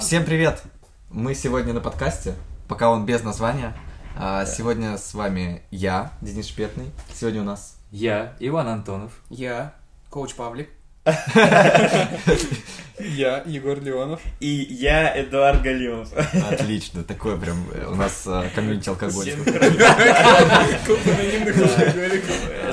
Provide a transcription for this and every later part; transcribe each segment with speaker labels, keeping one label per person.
Speaker 1: Всем привет! Мы сегодня на подкасте, пока он без названия. А, Сегодня с вами я, Денис Шпетный. Сегодня у нас...
Speaker 2: Я, Иван Антонов.
Speaker 3: Я коуч Павлик. Я Егор Леонов.
Speaker 4: И я, Эдуард Галимов.
Speaker 1: Отлично, такое прям... э, У нас э, комьюнити алкоголиков.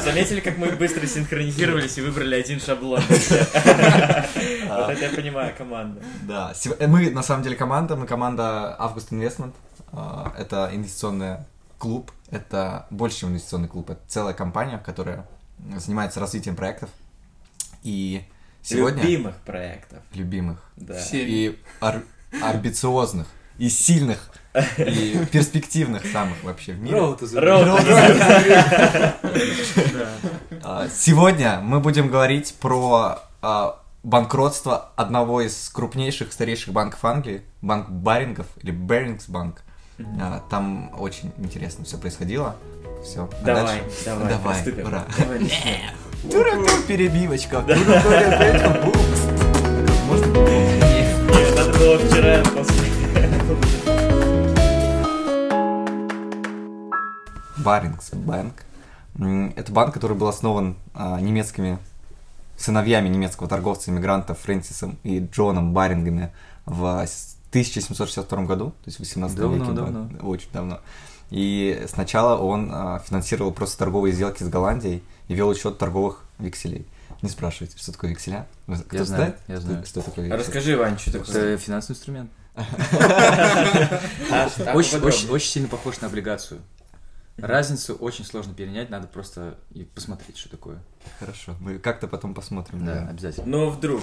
Speaker 4: Заметили, как мы быстро синхронизировались и выбрали один шаблон? Вот это я понимаю, команда.
Speaker 1: Да, сев- э, мы на самом деле команда, мы команда Август Инвестмент. А, Это инвестиционный клуб, это больше, чем инвестиционный клуб, это целая компания, которая занимается развитием проектов. И сегодня...
Speaker 4: Любимых проектов.
Speaker 1: Любимых.
Speaker 4: Да.
Speaker 1: и ар- амбициозных, и сильных, и перспективных самых вообще в мире.
Speaker 2: Роуд из
Speaker 4: Роуд.
Speaker 1: А, Сегодня мы будем говорить про а, банкротство одного из крупнейших, старейших банков Англии, банк Барингов или Берингсбанк. А, Там очень интересно все происходило. Все.
Speaker 4: Давай, давай,
Speaker 1: А Ну, давай,
Speaker 4: приступим.
Speaker 1: ура.
Speaker 4: Давай, начнем.
Speaker 1: Ту-ру-ту, перебивочка. Ту-ру-ту-ру-ту, букс. Можно?
Speaker 4: Нет, Надо было вчера а после.
Speaker 1: Барингсбанк. М, Это банк, который был основан а, немецкими сыновьями немецкого торговца иммигранта Фрэнсисом и Джоном Барингами в с- 1762 году, то есть в 18
Speaker 2: Давно,
Speaker 1: веке. да,
Speaker 2: давно.
Speaker 1: Очень давно. И сначала он а, финансировал просто торговые сделки с Голландией и вел учет торговых векселей. Не спрашивайте, что такое векселя. Вы- Кто
Speaker 2: знаю,
Speaker 1: знает,
Speaker 2: я
Speaker 1: что-
Speaker 2: знаю.
Speaker 1: Что, такое вексель?
Speaker 4: Расскажи, Вань, что такое.
Speaker 2: Это финансовый инструмент.
Speaker 4: А, что- а
Speaker 2: Очень,
Speaker 4: поподробнее.
Speaker 2: очень, очень сильно похож на облигацию. Разницу очень сложно перенять, надо просто и посмотреть, что такое.
Speaker 1: Хорошо, мы как-то потом посмотрим. да.
Speaker 2: обязательно.
Speaker 4: Ну, вдруг.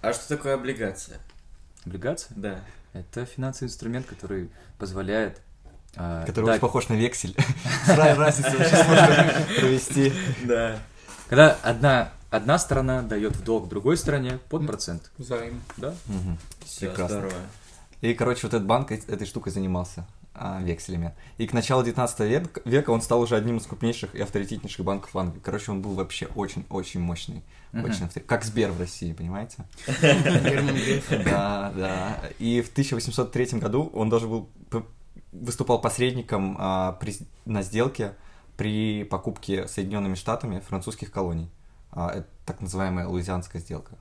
Speaker 4: А что такое облигация?
Speaker 2: Облигация
Speaker 4: Да.
Speaker 2: – это финансовый инструмент, который позволяет а,
Speaker 1: Который
Speaker 2: дать-
Speaker 1: очень похож на вексель. Сразу разницу очень сложно провести.
Speaker 4: Да.
Speaker 2: когда одна одна сторона дает в долг другой стороне под процент.
Speaker 3: Займ.
Speaker 2: Да?
Speaker 1: Мгм.
Speaker 4: Все,
Speaker 1: Прекрасно.
Speaker 4: здорово.
Speaker 1: И, короче, вот этот банк эт- этой штукой занимался а, векселями. И к началу 19 век- века он стал уже одним из крупнейших и авторитетнейших банков в Англии. Короче, он был вообще очень-очень мощный.
Speaker 2: Мгм.
Speaker 1: Очень авторит- Как Сбер в России, понимаете?
Speaker 3: Герман Греф.
Speaker 1: Да, да. И в 1803 году он даже был п- выступал посредником а, при с- на сделке при покупке Соединенными Штатами французских колоний. А, это так называемая луизианская сделка.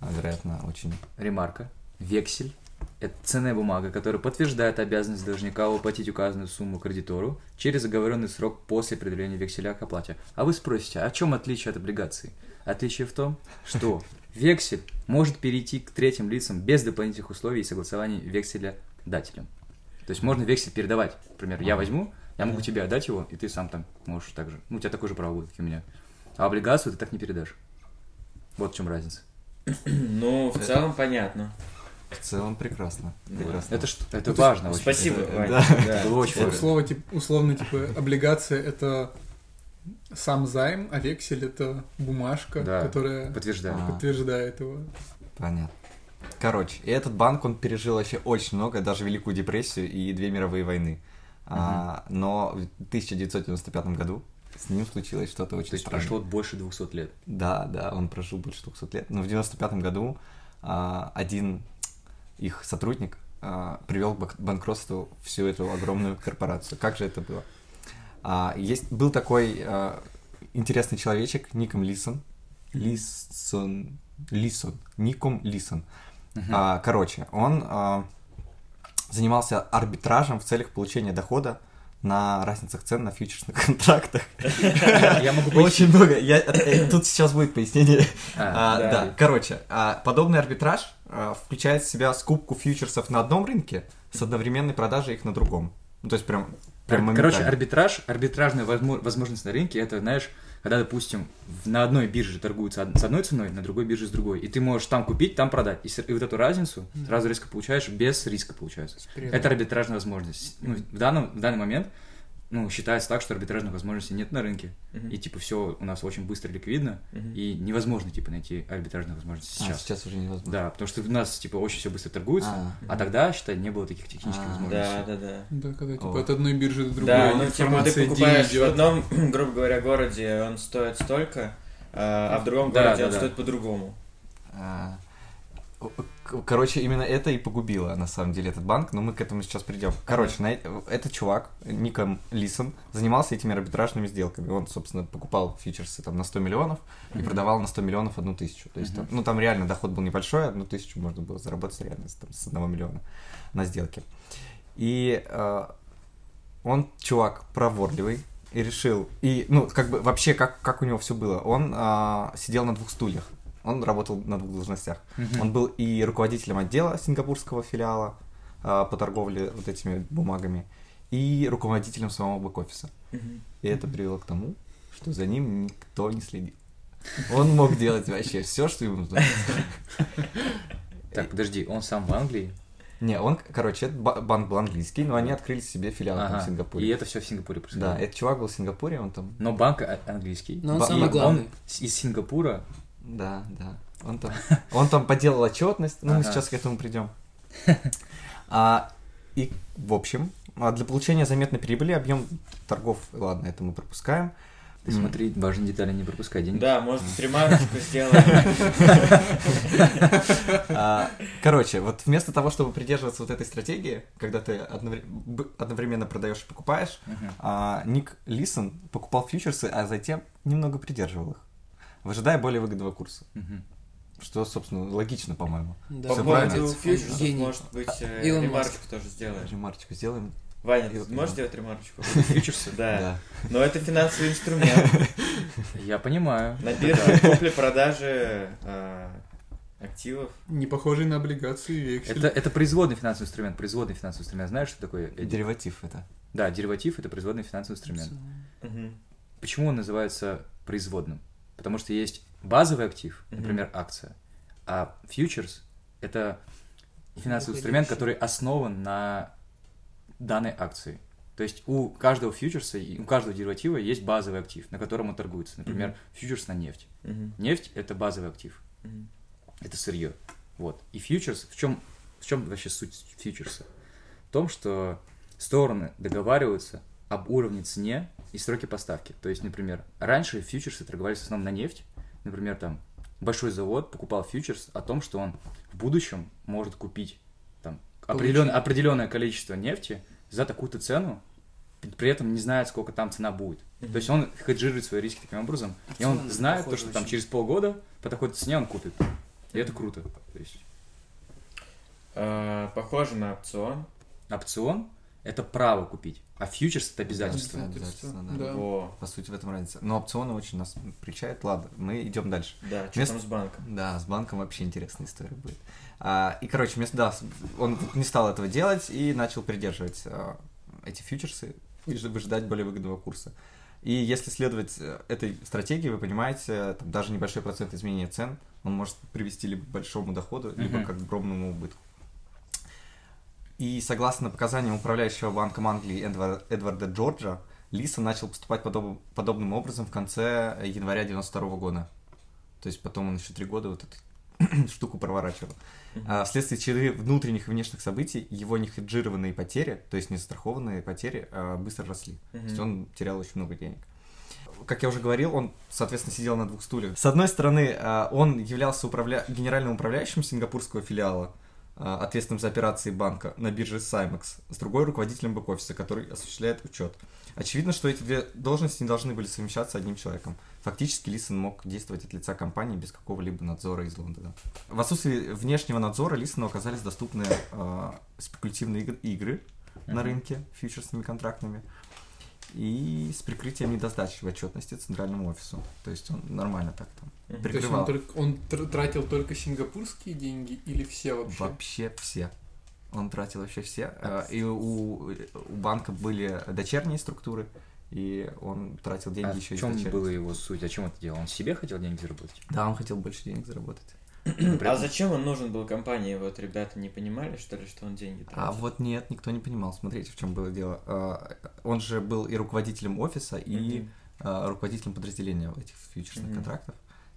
Speaker 1: А, вероятно, очень
Speaker 2: Ремарка. Вексель – это ценная бумага, которая подтверждает обязанность должника уплатить указанную сумму кредитору через оговоренный срок после предъявления векселя к оплате. А вы спросите, о чем отличие от облигации? Отличие в том, что вексель может перейти к третьим лицам без дополнительных условий и согласований векселя дателем. То есть можно вексель передавать. Например, я возьму, я могу тебе отдать его, и ты сам там можешь так же. Ну, у тебя такое же право будет, как и у меня. А облигацию ты так не передашь. Вот в чем разница.
Speaker 4: Ну, в целом понятно.
Speaker 1: в целом прекрасно. прекрасно.
Speaker 2: Это, что? это важно. очень.
Speaker 4: Спасибо,
Speaker 1: Это-
Speaker 4: Вань.
Speaker 1: да.
Speaker 4: Да.
Speaker 2: Это было очень
Speaker 3: Вот
Speaker 2: важно.
Speaker 3: слово, тип- условно, типа, облигация — это сам займ, а вексель — это бумажка,
Speaker 2: Да.
Speaker 3: которая
Speaker 2: Подтверждаю.
Speaker 1: А.
Speaker 3: подтверждает его.
Speaker 1: Понятно. Короче, и этот банк, он пережил вообще очень много, даже Великую депрессию и две мировые войны. А, но в 1995 году с ним случилось что-то очень
Speaker 2: То есть
Speaker 1: странное.
Speaker 2: прошло больше 200 лет.
Speaker 1: Да, да, он прожил больше 200 лет. Но в 95 году а, один их сотрудник а, привел к бак- банкротству всю эту огромную корпорацию. Как же это было? А, есть, был такой а, интересный человечек, Ником Лисон. Лисон. Лисон. Ником Лисон. А, короче, он а, занимался арбитражем в целях получения дохода на разницах цен на фьючерсных контрактах.
Speaker 2: Я могу пояснить.
Speaker 1: Очень много. Я, э, тут сейчас будет пояснение.
Speaker 2: А,
Speaker 1: А,
Speaker 4: да.
Speaker 1: да. короче, а, подобный арбитраж а, включает в себя скупку фьючерсов на одном рынке с одновременной продажей их на другом. Ну, то есть прям, прям
Speaker 2: Арби- Короче,
Speaker 1: моментально.
Speaker 2: арбитраж, арбитражная возмо- возможность на рынке, это, знаешь, когда, допустим, в- на одной бирже торгуются од- с одной ценой, на другой бирже с другой. И ты можешь там купить, там продать. И, с- и вот эту разницу сразу резко получаешь, без риска получается. Это арбитражная возможность. Ну, в, данном, в данный момент ну, считается так, что арбитражной возможности нет на рынке.
Speaker 4: Мгм.
Speaker 2: И типа все у нас очень быстро ликвидно,
Speaker 4: Мгм.
Speaker 2: и невозможно типа найти арбитражную возможность
Speaker 1: А,
Speaker 2: сейчас.
Speaker 1: сейчас уже невозможно.
Speaker 2: Да, потому что у нас, типа, очень все быстро торгуется, а,
Speaker 1: А.
Speaker 2: тогда, считай, не было таких технических
Speaker 1: А,
Speaker 4: Да,
Speaker 2: возможностей.
Speaker 4: да, да.
Speaker 3: Да, когда, типа,
Speaker 1: О.
Speaker 3: от одной биржи до другой
Speaker 4: Да, ну типа ты
Speaker 3: информация
Speaker 4: покупаешь в
Speaker 3: идет.
Speaker 4: одном, грубо говоря, городе он стоит столько, а а в другом
Speaker 2: Да,
Speaker 4: городе
Speaker 2: да,
Speaker 4: он
Speaker 2: да.
Speaker 4: стоит по-другому.
Speaker 1: А, к- короче, именно это и погубило, на самом деле, этот банк, но мы к этому сейчас придем. Короче, на э- этот чувак, ником Лисон, занимался этими арбитражными сделками. Он, собственно, покупал фьючерсы там на 100 миллионов и продавал на 100 миллионов одну тысячу. То есть, там, ну, там реально доход был небольшой, одну тысячу можно было заработать реально с- там, с одного миллиона на сделке. И э, он чувак проворливый и решил, и, ну, как бы вообще, как, как у него все было, он а, сидел на двух стульях, он работал на двух должностях. Он был и руководителем отдела сингапурского филиала а, по торговле вот этими бумагами, и руководителем самого бэк-офиса. И это привело к тому, что за ним никто не следил. Он мог делать вообще все, что ему захотелось.
Speaker 2: Так, подожди, он сам в Англии?
Speaker 1: Не, он, короче, этот ба- банк был английский, но они открыли себе филиал там
Speaker 2: Ага.
Speaker 1: в
Speaker 2: И
Speaker 1: Сингапуре.
Speaker 2: это все в Сингапуре происходило?
Speaker 1: Да, этот чувак был в Сингапуре, он там
Speaker 2: Но банк а- английский.
Speaker 5: Но он
Speaker 1: Ба-
Speaker 5: самый
Speaker 2: И
Speaker 5: главный.
Speaker 2: он с- из Сингапура.
Speaker 1: Да, да. Он там, он там поделал отчетность, ну мы
Speaker 2: Ага.
Speaker 1: сейчас к этому придем. А, и, в общем, а, для получения заметной прибыли объем торгов, ладно, это мы пропускаем.
Speaker 2: Ты
Speaker 1: М.
Speaker 2: смотри, важные детали не пропускай. Деньги.
Speaker 4: Да, может, ремарочку сделаем.
Speaker 1: А, короче, вот вместо того, чтобы придерживаться вот этой стратегии, когда ты одновре- б- одновременно продаешь и покупаешь,
Speaker 2: Мгм.
Speaker 1: а, Ник Лисон покупал фьючерсы, а затем немного придерживал их, выжидая более выгодного курса.
Speaker 2: Мгм.
Speaker 1: Что, собственно, логично, по-моему.
Speaker 5: Да.
Speaker 4: По
Speaker 1: Всё
Speaker 4: поводу
Speaker 1: правильно.
Speaker 4: фьючерсов,
Speaker 5: Гений.
Speaker 4: может быть, э,
Speaker 5: Илон
Speaker 4: ремарочку тоже сделаем.
Speaker 1: Ремарочку сделаем.
Speaker 4: Ваня, ты
Speaker 1: Ил-
Speaker 4: можешь
Speaker 1: Илон.
Speaker 4: делать ремарочку? Фьючерсы? Да.
Speaker 1: Да.
Speaker 4: Но это финансовый инструмент.
Speaker 2: Я понимаю.
Speaker 4: На бирже купли-продажи э, активов.
Speaker 3: Не похожий на облигации вексель.
Speaker 2: Это, это производный финансовый инструмент, производный финансовый инструмент. Знаешь, что такое? э,
Speaker 1: Дериватив это.
Speaker 2: Да, дериватив – это производный финансовый инструмент.
Speaker 4: Мгм.
Speaker 2: Почему он называется производным? Потому что есть базовый актив,
Speaker 4: Мгм.
Speaker 2: например, акция, а фьючерс – это финансовый
Speaker 5: Выходящий.
Speaker 2: инструмент, который основан на данной акции. То есть у каждого фьючерса, и у каждого дериватива есть базовый актив, на котором он торгуется. Например, фьючерс на нефть.
Speaker 4: Мгм.
Speaker 2: Нефть – это базовый актив,
Speaker 4: Мгм.
Speaker 2: это сырье. Вот. И фьючерс, в чем, в чем вообще суть фьючерса? В том, что стороны договариваются об уровне цене и сроке поставки. То есть, например, раньше фьючерсы торговались в основном на нефть. Например, там большой завод покупал фьючерс о том, что он в будущем может купить там, определен- определенное количество нефти за такую-то цену, при этом не знает, сколько там цена будет. То есть он хеджирует свои риски таким образом, и он
Speaker 5: Цена
Speaker 2: знает то,
Speaker 5: похожа
Speaker 2: что там
Speaker 5: очень.
Speaker 2: через полгода по такой цене он купит. И это круто. То есть
Speaker 4: Э, Похоже на опцион.
Speaker 2: опцион – это право купить, а фьючерс – это обязательство.
Speaker 1: Обязательно, да.
Speaker 3: Да.
Speaker 4: Во,
Speaker 1: По сути, в этом разница. Но опционы очень нас причают. Ладно, мы идем дальше.
Speaker 4: да, что
Speaker 1: Вместо-
Speaker 4: там с банком?
Speaker 1: Да, с банком вообще интересная история будет. А, и, короче, вместо, да, с- он не стал этого делать и начал придерживать а, эти фьючерсы и жд- выжидать более выгодного курса. И если следовать э, этой стратегии, вы понимаете, там даже небольшой процент изменения цен, он может привести либо к большому доходу, либо
Speaker 2: Мгм.
Speaker 1: к огромному убытку. И согласно показаниям управляющего банком Англии Эдвар- Эдварда Джорджа, Лиса начал поступать подоб- подобным образом в конце января 92 года. То есть потом он еще три года вот эту штуку проворачивал. А вследствие череды внутренних и внешних событий его нехеджированные потери, то есть нестрахованные потери, а, быстро росли. То есть
Speaker 4: Мгм.
Speaker 1: он терял очень много денег. Как я уже говорил, он, соответственно, сидел на двух стульях. С одной стороны, а, он являлся управля- генеральным управляющим сингапурского филиала, а, ответственным за операции банка на бирже Саймакс, с другой руководителем бэк-офиса, который осуществляет учет. Очевидно, что эти две должности не должны были совмещаться одним человеком. Фактически Лисон мог действовать от лица компании без какого-либо надзора из Лондона. В отсутствие внешнего надзора Лисону оказались доступны а, спекулятивные игр- игры на
Speaker 2: Мгм.
Speaker 1: рынке фьючерсными контрактами и с прикрытием недосдачи в отчетности центральному офису. То есть он нормально так там
Speaker 4: Мгм.
Speaker 3: То есть
Speaker 1: прикрывал.
Speaker 3: он, только- он тр- тратил только сингапурские деньги или все вообще?
Speaker 1: Вообще все. Он тратил вообще все. Э, И у, у банка были дочерние структуры, и он тратил деньги
Speaker 2: А
Speaker 1: еще
Speaker 2: в
Speaker 1: из
Speaker 2: чем
Speaker 1: дочерних.
Speaker 2: была его суть? О чем это дело? Он себе хотел деньги заработать?
Speaker 1: Да, он хотел больше денег заработать.
Speaker 2: При
Speaker 4: А
Speaker 2: этом-
Speaker 4: зачем он нужен был компании? Вот ребята не понимали, что ли, что он деньги
Speaker 1: А
Speaker 4: тратит?
Speaker 1: вот нет, никто не понимал. Смотрите, в чем было дело. Э, Он же был и руководителем офиса, и
Speaker 4: Мгм.
Speaker 1: э, руководителем подразделения этих фьючерсных
Speaker 4: Мгм.
Speaker 1: контрактов.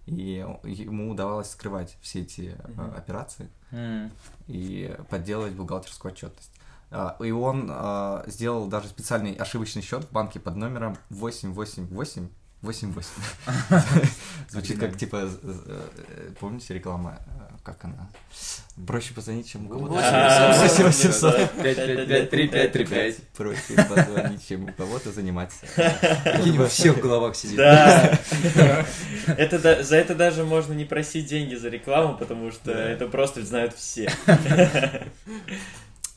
Speaker 1: И он- ему удавалось скрывать все эти э,
Speaker 4: Мгм.
Speaker 1: операции.
Speaker 2: М.
Speaker 1: и подделать бухгалтерскую отчетность. А, И он а, сделал даже специальный ошибочный счет в банке под номером 888 8-8. Звучит как, типа, з- з- э, помните реклама, э, как она? Проще позвонить, чем у кого-то.
Speaker 4: Да,
Speaker 1: 8
Speaker 4: А, да.
Speaker 1: 800.
Speaker 2: 5-5-5-3-5-3-5.
Speaker 1: Проще позвонить, чем у кого-то заниматься.
Speaker 2: Какие-нибудь все в головах сидит.
Speaker 4: Да. Это да- за это даже можно не просить деньги за рекламу, потому что это просто знают все.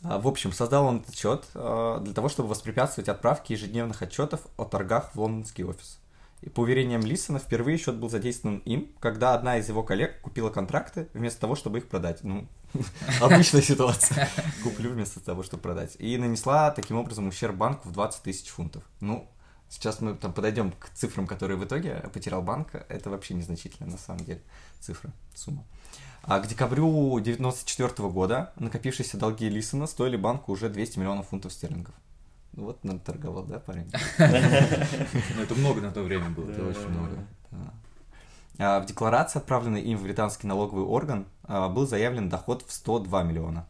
Speaker 1: А, В общем, создал он этот счет э, для того, чтобы воспрепятствовать отправке ежедневных отчетов о торгах в лондонский офис. И по уверениям Лисона, впервые счет был задействован им, когда одна из его коллег купила контракты вместо того, чтобы их продать. Ну, обычная ситуация. Куплю вместо того, чтобы продать. И нанесла таким образом ущерб банку в 20 тысяч фунтов. Ну, сейчас мы там подойдем к цифрам, которые в итоге потерял банк. Это вообще незначительная на самом деле цифра, сумма. А к декабрю 1994 года накопившиеся долги Лисона стоили банку уже 200 миллионов фунтов стерлингов. Ну вот, наверное, торговал, да, парень?
Speaker 2: Ну, это много на то время было.
Speaker 1: Это очень много. да. А, В декларации, отправленной им в британский налоговый орган, а, был заявлен доход в 102 миллиона.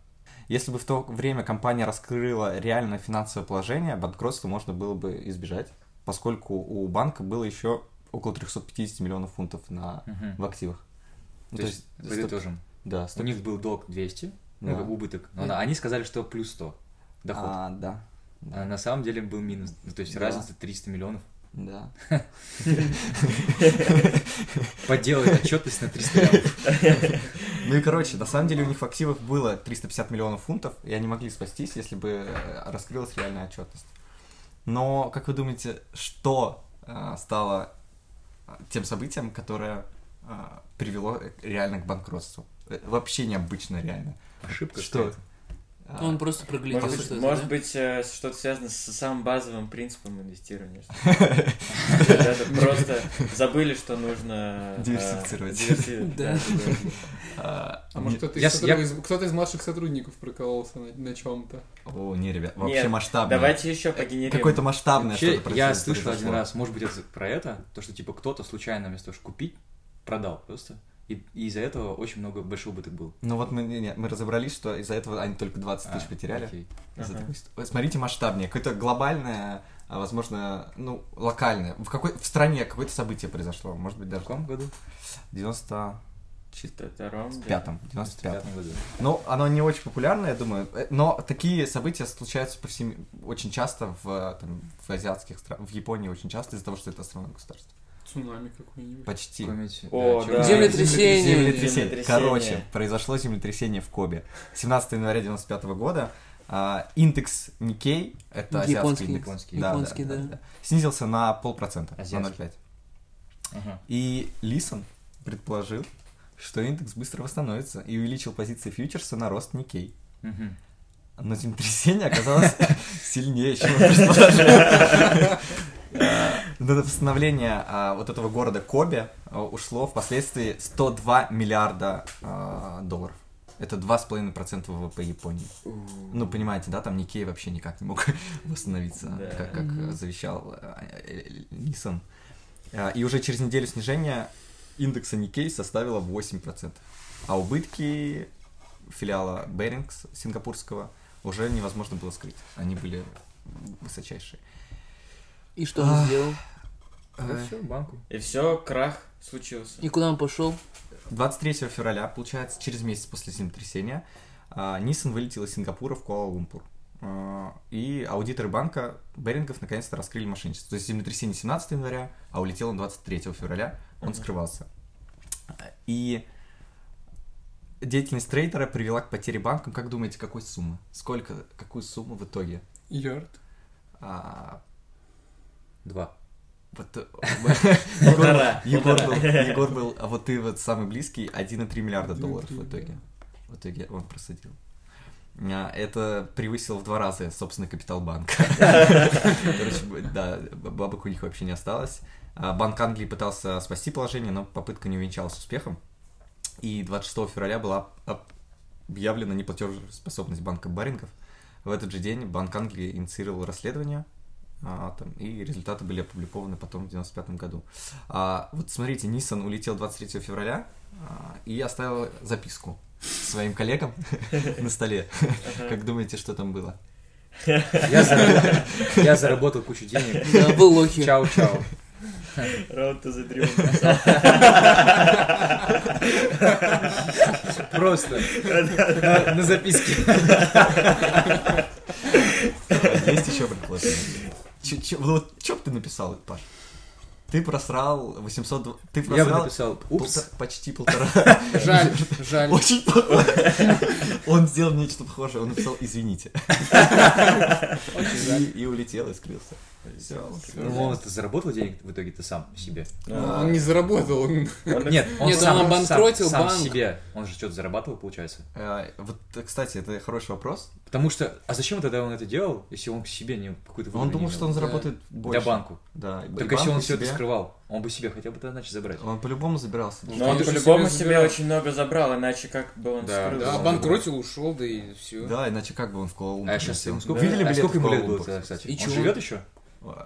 Speaker 1: Если бы в то время компания раскрыла реальное финансовое положение, банкротство можно было бы избежать, поскольку у банка было еще около 350 миллионов фунтов на,
Speaker 2: Мгм.
Speaker 1: в активах. Ну,
Speaker 2: То есть,
Speaker 1: сто-
Speaker 2: подытожим.
Speaker 1: Да,
Speaker 2: У
Speaker 1: сто-
Speaker 2: них был долг 200, ну,
Speaker 1: Да.
Speaker 2: как убыток. Но на- они сказали, что плюс 100 доход.
Speaker 1: А, да.
Speaker 2: А на самом деле был минус. Ну, то есть
Speaker 1: Да.
Speaker 2: разница 300 миллионов.
Speaker 1: Да.
Speaker 2: Подделали отчетность на 300 миллионов.
Speaker 1: Ну и короче, на самом деле у них в активах было 350 миллионов фунтов, и они могли спастись, если бы э, раскрылась реальная отчетность. Но, как вы думаете, что э, стало э, тем событием, которое э, привело реально к банкротству? Э, Вообще необычно реально.
Speaker 2: Ошибка
Speaker 1: Что?
Speaker 2: какая-то.
Speaker 1: А,
Speaker 5: Ну, Он просто проглядел,
Speaker 4: Может
Speaker 5: что
Speaker 4: быть,
Speaker 5: это,
Speaker 4: может
Speaker 5: да?
Speaker 4: быть, э, что-то связано с самым базовым принципом инвестирования. что ли. Ребята Просто забыли, что нужно... э,
Speaker 1: Диверсифицировать.
Speaker 4: диверси-
Speaker 5: Да.
Speaker 4: да, да,
Speaker 1: а,
Speaker 3: А может,
Speaker 1: не-
Speaker 3: кто-то
Speaker 2: Я-
Speaker 3: из,
Speaker 2: я-
Speaker 3: сотрудников- кто-то из младших сотрудников прокололся на, чем-то.
Speaker 1: О, не, ребят, вообще
Speaker 4: Нет,
Speaker 1: масштабное.
Speaker 4: да. Давайте
Speaker 1: э,
Speaker 4: еще погенерируем.
Speaker 1: Какое-то масштабное
Speaker 2: Вообще,
Speaker 1: что-то
Speaker 2: я
Speaker 1: произошло.
Speaker 2: слышал один раз, может быть, это про это, то, что, типа, кто-то случайно вместо того, чтобы купить, продал просто. И, и из-за этого очень много большой убыток был.
Speaker 1: Ну вот мы, не- не, мы разобрались, что из-за этого они только 20 тысяч
Speaker 2: А,
Speaker 1: потеряли.
Speaker 2: окей.
Speaker 1: из
Speaker 4: Ага.
Speaker 1: этого ист- Ой, Смотрите масштабнее, какое-то глобальное, а, возможно, ну, локальное. В какой в стране какое-то событие произошло, может быть,
Speaker 2: В
Speaker 1: даже
Speaker 2: каком году?
Speaker 1: в 95-м,
Speaker 4: Чисто втором, да.
Speaker 1: 95-м.
Speaker 2: году.
Speaker 1: Ну, оно не очень популярное, я думаю, э, но такие события случаются по всем, очень часто в, э, там, в азиатских странах, в Японии очень часто из-за того, что это страна государство.
Speaker 3: Цунами какой-нибудь.
Speaker 1: Почти.
Speaker 2: Помните?
Speaker 4: О,
Speaker 2: чё-
Speaker 4: да.
Speaker 5: Землетрясение.
Speaker 1: Землетрясение.
Speaker 4: Землетрясение.
Speaker 1: Короче, произошло землетрясение в Кобе. 17 января 95 года. а, Индекс Никей, это азиатский
Speaker 5: Японский.
Speaker 1: индекс,
Speaker 2: Японский.
Speaker 5: Японский, да.
Speaker 1: снизился на полпроцента, на
Speaker 2: Азиатский.
Speaker 1: 0,5.
Speaker 2: Ага.
Speaker 1: И Лисон предположил, что индекс быстро восстановится и увеличил позиции фьючерса на рост Никей.
Speaker 2: Мгм.
Speaker 1: Но землетрясение оказалось сильнее, чем он предположил. Э, На восстановление э, вот этого города Кобе э, ушло впоследствии 102 миллиарда э, долларов. Это 2,5% ВВП Японии. Ну, понимаете, да, там Никей вообще никак не мог восстановиться,
Speaker 4: Да.
Speaker 1: как, как, э,
Speaker 5: Мгм.
Speaker 1: завещал э, э, Нисон. Э, И уже через неделю снижения индекса Никей составило 8%. А убытки филиала Берингс сингапурского уже невозможно было скрыть. Они были высочайшие.
Speaker 5: И что он сделал?
Speaker 2: Ну, всё, банку.
Speaker 4: И все, крах случился.
Speaker 5: И куда он пошел?
Speaker 1: 23 февраля, получается, через месяц после землетрясения, а, Нисон вылетел из Сингапура в Куала-Лумпур. А, И аудиторы банка Берингов наконец-то раскрыли мошенничество. То есть землетрясение 17 января, а улетел он 23 февраля, он
Speaker 4: Мгм.
Speaker 1: скрывался. И деятельность трейдера привела к потере банком. Как думаете, какой суммы? Сколько, какую сумму в итоге?
Speaker 3: Ярд.
Speaker 1: А,
Speaker 2: Два.
Speaker 1: Вот, э,
Speaker 4: Полтора,
Speaker 1: Егор был,
Speaker 4: полтора.
Speaker 1: Егор был, а вот ты вот самый близкий, 1,3 миллиарда долларов в
Speaker 3: 1,3,
Speaker 1: итоге.
Speaker 3: да.
Speaker 1: В итоге он просадил. А, Это превысило в два раза собственный капитал банка. Короче, б- да, б- бабок у них вообще не осталось. А, Банк Англии пытался спасти положение, но попытка не увенчалась успехом. И 26 февраля была об- объявлена неплатежеспособность банка Барингов. В этот же день Банк Англии инициировал расследование, а, там, и результаты были опубликованы потом в 95 году. А, вот смотрите, Нисон улетел 23 февраля а, и оставил записку своим коллегам на столе. Как думаете, что там было?
Speaker 2: Я заработал, я заработал кучу денег.
Speaker 5: Да, был лохи.
Speaker 2: Чао-чао.
Speaker 4: Road to the Dream написал.
Speaker 2: Просто на, на записке.
Speaker 1: Есть еще предложение. Чё- чё- ну Вот чё б ты написал, Паш? Ты просрал 800... Ты
Speaker 2: Я бы
Speaker 1: просрал
Speaker 2: написал,
Speaker 1: полта-
Speaker 2: упс,
Speaker 1: почти полтора.
Speaker 3: Жаль, жаль.
Speaker 1: Очень плохо. Он сделал нечто похожее. Он написал «извините». И и улетел, и скрылся. Всё.
Speaker 2: ну, Вова, ты заработал денег в итоге ты сам себе?
Speaker 4: А.
Speaker 3: Он не заработал. он-
Speaker 2: Нет, он
Speaker 5: Нет,
Speaker 2: сам,
Speaker 5: он обанкротил
Speaker 2: сам, сам
Speaker 5: банк.
Speaker 2: себе. Он же что-то зарабатывал, получается.
Speaker 1: Э, Вот, кстати, это хороший вопрос.
Speaker 2: Потому что, а зачем тогда он это делал, если он к себе не какой-то
Speaker 1: Он думал, что он
Speaker 5: да.
Speaker 1: заработает больше.
Speaker 2: для банку.
Speaker 1: Да. и
Speaker 2: Только если
Speaker 1: банку
Speaker 2: он все это
Speaker 1: себе.
Speaker 2: скрывал, он бы себе хотя бы тогда начал забрать.
Speaker 1: Он по-любому забирался.
Speaker 4: Но он
Speaker 5: Конечно,
Speaker 4: по-любому
Speaker 5: себе
Speaker 4: себе
Speaker 5: забирал.
Speaker 4: очень много забрал, иначе как бы он
Speaker 2: Да,
Speaker 4: скрыл.
Speaker 5: Да, обанкротил, ушел, да и все.
Speaker 1: Да, иначе как бы он в Куала-Лумпур
Speaker 2: А сейчас
Speaker 1: улетел?
Speaker 2: ему сколько,
Speaker 1: Видели
Speaker 2: а
Speaker 1: билеты
Speaker 2: сколько
Speaker 1: в
Speaker 2: ему лет было
Speaker 1: Куала-Лумпур?
Speaker 2: тогда, кстати?
Speaker 5: И
Speaker 2: он
Speaker 5: чего?
Speaker 2: живет еще?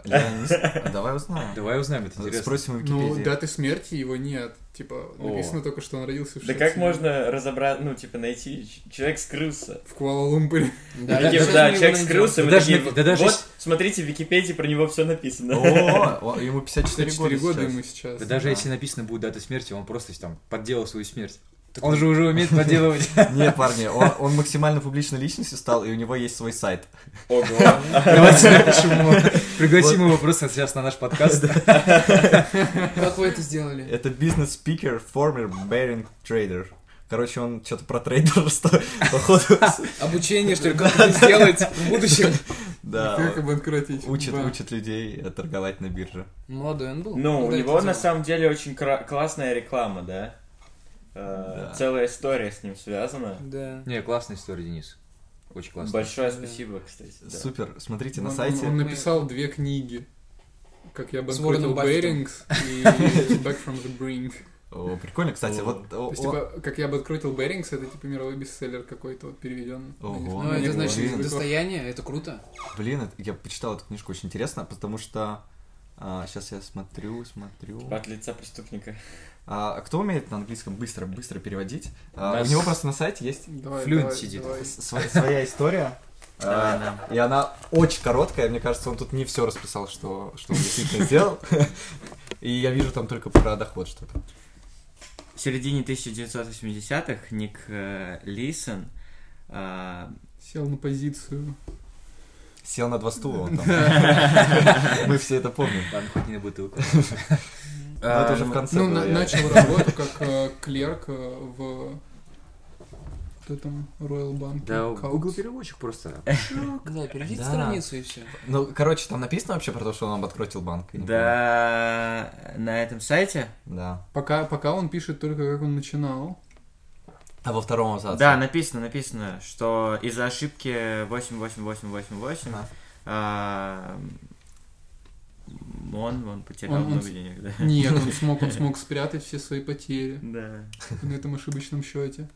Speaker 1: Я не с- Давай узнаем.
Speaker 2: Давай узнаем, это интересно.
Speaker 1: Спросим в
Speaker 3: Ну,
Speaker 1: Википедии.
Speaker 3: даты смерти его нет. Типа, написано только, что он родился в
Speaker 4: Да как
Speaker 3: 67.
Speaker 4: можно разобрать, ну, типа, найти, ч- человек скрылся.
Speaker 3: В Куала-Лумпуре.
Speaker 4: Да,
Speaker 5: да, сейчас мы его
Speaker 4: человек
Speaker 5: найдем.
Speaker 4: скрылся,
Speaker 2: Да
Speaker 4: мы
Speaker 2: даже
Speaker 4: такие,
Speaker 2: не- да даже
Speaker 4: вот,
Speaker 2: с-
Speaker 4: смотрите, в Википедии про него все написано.
Speaker 1: О, о, ему 54
Speaker 3: 4 года
Speaker 1: года
Speaker 3: ему
Speaker 1: сейчас.
Speaker 3: сейчас.
Speaker 2: Да даже
Speaker 1: Да.
Speaker 2: если написано будет дата смерти, он просто там подделал свою смерть. он же уже умеет подделывать.
Speaker 1: Не, парни, он, он максимально публичной личностью стал, и у него есть свой сайт.
Speaker 4: Ого.
Speaker 2: Давайте напишем ему. Пригласим его просто сейчас на наш подкаст.
Speaker 5: Как вы это сделали?
Speaker 1: Это бизнес-спикер, former bearing trader. Короче, он что-то про трейдерство, походу,
Speaker 5: Обучение, что ли, как это сделать в будущем?
Speaker 1: да,
Speaker 3: Как обанкротить?
Speaker 1: учит,
Speaker 3: Ба.
Speaker 1: учит людей э, торговать на бирже.
Speaker 5: Молодой он был.
Speaker 4: Ну, у
Speaker 5: Молодой
Speaker 4: него
Speaker 5: это
Speaker 4: на
Speaker 5: дело.
Speaker 4: самом деле очень кра- классная реклама, да? Э,
Speaker 1: Да.
Speaker 4: Целая история с ним связана.
Speaker 5: Да.
Speaker 2: Не, классная история, Денис. Очень классная.
Speaker 4: Большое
Speaker 5: Да.
Speaker 4: спасибо, кстати. да.
Speaker 1: Супер, смотрите,
Speaker 3: Он-
Speaker 1: на
Speaker 3: он-
Speaker 1: сайте...
Speaker 3: Он написал две книги. Как я
Speaker 5: С
Speaker 3: банкротил
Speaker 5: Уорреном Баффетом.
Speaker 3: Берингс и Back from the Brink.
Speaker 1: О, прикольно, кстати,
Speaker 4: О.
Speaker 1: вот... о-
Speaker 3: То есть, типа, как я банкротил Берингс, это типа мировой бестселлер какой-то, вот переведен.
Speaker 1: Ого.
Speaker 5: Ну, это значит
Speaker 1: Блин.
Speaker 5: достояние, это круто.
Speaker 1: о, Блин, это- я почитал эту книжку, очень интересно, потому что... сейчас я смотрю, смотрю...
Speaker 4: От лица преступника.
Speaker 1: А, кто умеет на английском быстро-быстро переводить? А,
Speaker 2: Нас-
Speaker 1: у него просто на сайте есть
Speaker 3: Давай,
Speaker 2: Флюент
Speaker 3: давай,
Speaker 2: сидит.
Speaker 3: давай.
Speaker 1: с- сво- своя история.
Speaker 4: Давай,
Speaker 1: А,
Speaker 4: да.
Speaker 1: И она очень короткая, мне кажется, он тут не все расписал, что, что он действительно сделал. И я вижу там только про доход что-то.
Speaker 4: В середине 1980-х Ник э, Лисон э,
Speaker 3: Сел на позицию.
Speaker 1: Сел на два стула он там. Мы все это помним.
Speaker 2: Ладно, хоть не на бутылку.
Speaker 1: Но это уже в конце
Speaker 3: Ну,
Speaker 1: было,
Speaker 3: на-
Speaker 1: я-
Speaker 3: начал работу как э, клерк э, в кто там, Royal Bank.
Speaker 2: Да, Google переводчик просто.
Speaker 5: Да, перейдите
Speaker 1: Да.
Speaker 5: страницу и все.
Speaker 1: Ну, короче, там написано вообще про то, что он обанкротил банк? Я не помню.
Speaker 4: Да, на этом сайте.
Speaker 1: Да.
Speaker 3: Пока, пока он пишет только, как он начинал.
Speaker 1: А во втором абзаце?
Speaker 4: Да, написано, написано, что из-за ошибки 88888
Speaker 1: Ага.
Speaker 4: а, э, он, он потерял
Speaker 3: Он- он
Speaker 4: много
Speaker 3: с-
Speaker 4: денег, да.
Speaker 3: Нет, он смог, он смог спрятать все свои потери
Speaker 4: Да.
Speaker 3: на этом ошибочном счете.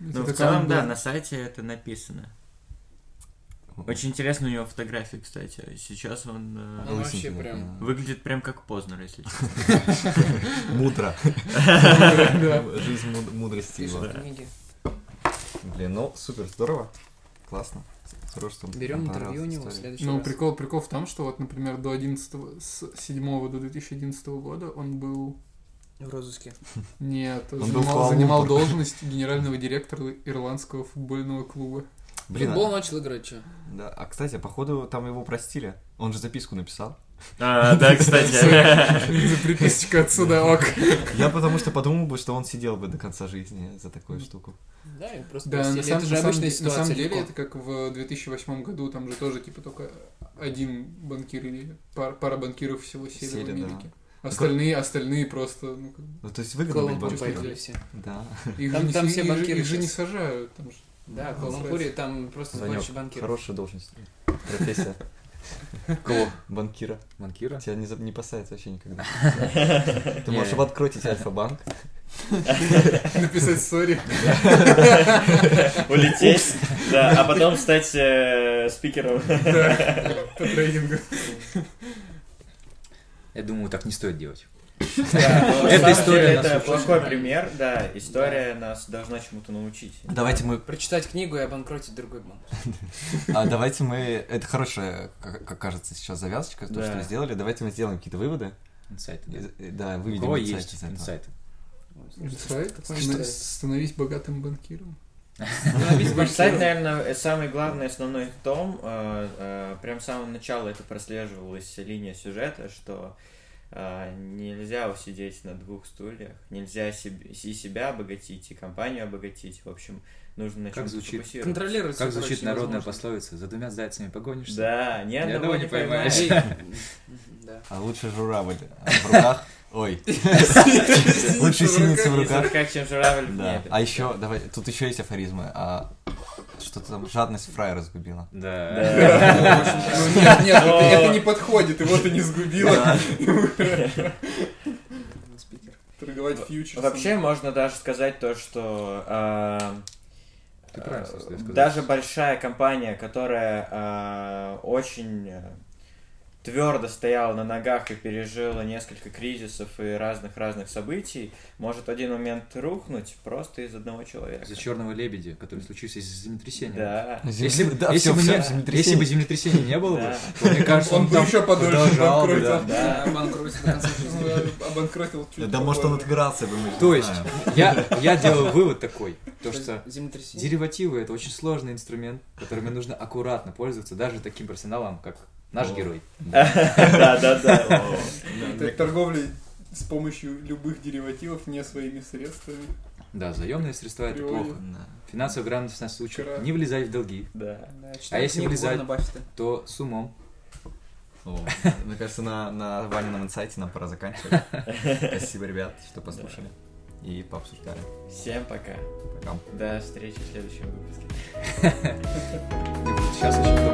Speaker 4: Ну, в целом, да, на сайте это написано. Очень интересно у него фотографии, кстати. Сейчас он э,
Speaker 5: Ну, вообще
Speaker 1: Лысенький,
Speaker 5: прям.
Speaker 1: да.
Speaker 4: выглядит прям как Познер, если честно.
Speaker 1: Мудро.
Speaker 3: Да.
Speaker 1: Жизнь муд- мудрости его.
Speaker 5: Пишет книги.
Speaker 1: Блин, ну супер, здорово. Классно. Здорово, что вам
Speaker 5: Берем
Speaker 1: понравилась
Speaker 5: интервью у него в
Speaker 1: история.
Speaker 5: следующий
Speaker 3: Ну,
Speaker 5: раз.
Speaker 3: прикол, прикол в том, что вот, например, до 11, с 7 до 2011 года он был...
Speaker 5: В розыске.
Speaker 3: Нет,
Speaker 1: Он был в
Speaker 3: занимал,
Speaker 1: Куала-Лумпур.
Speaker 3: занимал должность генерального директора ирландского футбольного клуба.
Speaker 1: Блин,
Speaker 5: Футбол начал играть, что?
Speaker 1: а- да. А кстати, походу там его простили. Он же записку написал.
Speaker 4: А, да, кстати.
Speaker 3: За приписочка отсюда, ок.
Speaker 1: Я потому что подумал бы, что он сидел бы до конца жизни за такую штуку.
Speaker 5: Да, и просто
Speaker 3: Да,
Speaker 5: простили.
Speaker 3: на самом,
Speaker 5: это же
Speaker 3: на самом
Speaker 5: обычная
Speaker 3: де- на
Speaker 5: ситуация.
Speaker 3: самом деле
Speaker 5: легко.
Speaker 3: это как в 2008 году, там же тоже типа только один банкир или пар- пара банкиров всего севера
Speaker 1: Сели, да.
Speaker 3: Америки. Остальные, остальные просто, ну, как бы,
Speaker 1: Ну, то есть выгодно быть
Speaker 5: Куала-Лумпур
Speaker 1: банкиром.
Speaker 5: поехали все.
Speaker 1: Да.
Speaker 3: их,
Speaker 5: Там-
Speaker 3: же,
Speaker 5: там
Speaker 3: не-
Speaker 5: все
Speaker 3: их же-
Speaker 5: банкиры
Speaker 3: их же не
Speaker 5: сейчас.
Speaker 3: сажают, там же
Speaker 5: Да, в
Speaker 3: Ну,
Speaker 5: Куала-Лумпуре там просто
Speaker 1: Санёк,
Speaker 5: больше банкиров.
Speaker 1: Хорошая должность. Профессия
Speaker 2: Кого?
Speaker 1: банкира.
Speaker 2: Банкира?
Speaker 1: Тебя не, за- не пасается вообще никогда. Ты можешь откротить Альфа-банк.
Speaker 3: написать сори.
Speaker 4: Улететь, да, а потом стать э, спикером.
Speaker 3: Да, по трейдингу.
Speaker 2: Я думаю, так не стоит делать. Эта
Speaker 4: Это
Speaker 2: история нас
Speaker 4: Это
Speaker 2: учит.
Speaker 4: плохой пример, да. История нас должна чему-то научить.
Speaker 1: Давайте мы
Speaker 5: Прочитать книгу и обанкротить другой банк.
Speaker 1: А давайте мы... Это хорошая, как как кажется, сейчас завязочка, то,
Speaker 4: Да.
Speaker 1: что мы сделали. Давайте мы сделаем какие-то выводы.
Speaker 2: Инсайты, да.
Speaker 1: И- и- Да,
Speaker 2: У
Speaker 1: выведем
Speaker 2: кого
Speaker 1: инсайты
Speaker 2: есть
Speaker 1: из этого.
Speaker 2: инсайты?
Speaker 3: Инсайт?
Speaker 5: Какой
Speaker 3: Стана-
Speaker 5: инсайт?
Speaker 3: Становись богатым банкиром.
Speaker 5: Становись
Speaker 4: Сайт,
Speaker 5: банкиром.
Speaker 4: наверное, э, самый главный основной в том, э, э, прям с самого начала это прослеживалась линия сюжета, что э, нельзя сидеть на двух стульях, нельзя себе- и себя обогатить, и компанию обогатить. В общем, нужно на
Speaker 2: Как
Speaker 4: чем-то
Speaker 2: звучит?
Speaker 4: фокусироваться.
Speaker 5: Контролировать
Speaker 2: Как
Speaker 5: всё,
Speaker 2: звучит
Speaker 5: короче,
Speaker 2: народная
Speaker 5: невозможно.
Speaker 2: пословица? За двумя зайцами погонишься?
Speaker 4: Да, ни
Speaker 2: одного
Speaker 4: одного
Speaker 2: не
Speaker 4: не
Speaker 2: поймаешь.
Speaker 4: поймаешь.
Speaker 5: Мгм, да.
Speaker 1: А лучше журавль а в руках... Ой. Лучше синица в руках.
Speaker 4: Как чем журавль в
Speaker 1: Да.
Speaker 4: небе.
Speaker 1: А еще, давай, тут еще есть афоризмы. А что-то там жадность фрая разгубила.
Speaker 2: Да.
Speaker 3: Ну нет, нет, это-
Speaker 4: Но-
Speaker 3: это не подходит, его ты не сгубила.
Speaker 5: Ну, спикер.
Speaker 3: Торговать фьючерсом.
Speaker 4: Вообще можно даже сказать то, что э,
Speaker 2: Ты правильно собственно, сказал.
Speaker 4: Даже большая компания, которая э, очень твердо стояла на ногах и пережила несколько кризисов и разных-разных событий, может в один момент рухнуть просто из одного человека.
Speaker 2: За черного лебедя, который случился из-за землетрясения.
Speaker 4: Да.
Speaker 2: Если, бы-
Speaker 1: Да,
Speaker 2: если,
Speaker 1: всё,
Speaker 2: бы
Speaker 1: всё,
Speaker 2: не- если
Speaker 1: землетрясение.
Speaker 2: бы землетрясения не было бы,
Speaker 4: Да.
Speaker 2: то, мне кажется,
Speaker 3: Он
Speaker 2: он
Speaker 3: бы
Speaker 2: там
Speaker 3: еще подольше
Speaker 2: продолжал бы,
Speaker 3: банкротил.
Speaker 4: Да.
Speaker 5: Обанкротить до конца жизни.
Speaker 3: Ну, Обанкротил чуть
Speaker 1: Да, может, он
Speaker 3: попозже.
Speaker 1: отыгрался бы, мы же не
Speaker 2: То есть,
Speaker 1: знаем.
Speaker 2: я, я делаю вывод такой, то что
Speaker 5: Землетрясение.
Speaker 2: деривативы это очень сложный инструмент, которыми нужно аккуратно пользоваться даже таким персоналом, как наш
Speaker 1: О.
Speaker 2: герой.
Speaker 4: Да, да, да.
Speaker 3: Это торговля с помощью любых деривативов, не своими средствами.
Speaker 2: Да, заемные средства это
Speaker 3: Приводит.
Speaker 2: плохо.
Speaker 1: Да.
Speaker 2: Финансовая грамотность нас учит
Speaker 3: Кра-
Speaker 2: не влезать в долги,
Speaker 4: Да.
Speaker 5: Читаю
Speaker 2: А если
Speaker 5: книгу
Speaker 2: влезать?
Speaker 5: Уоррена Баффета.
Speaker 2: то с умом.
Speaker 1: О, Мне кажется, на, на Ванином инсайте нам пора заканчивать. Спасибо, ребят, что послушали и пообсуждали.
Speaker 4: Всем пока.
Speaker 1: Пока.
Speaker 4: До встречи в следующем выпуске.
Speaker 2: Сейчас очень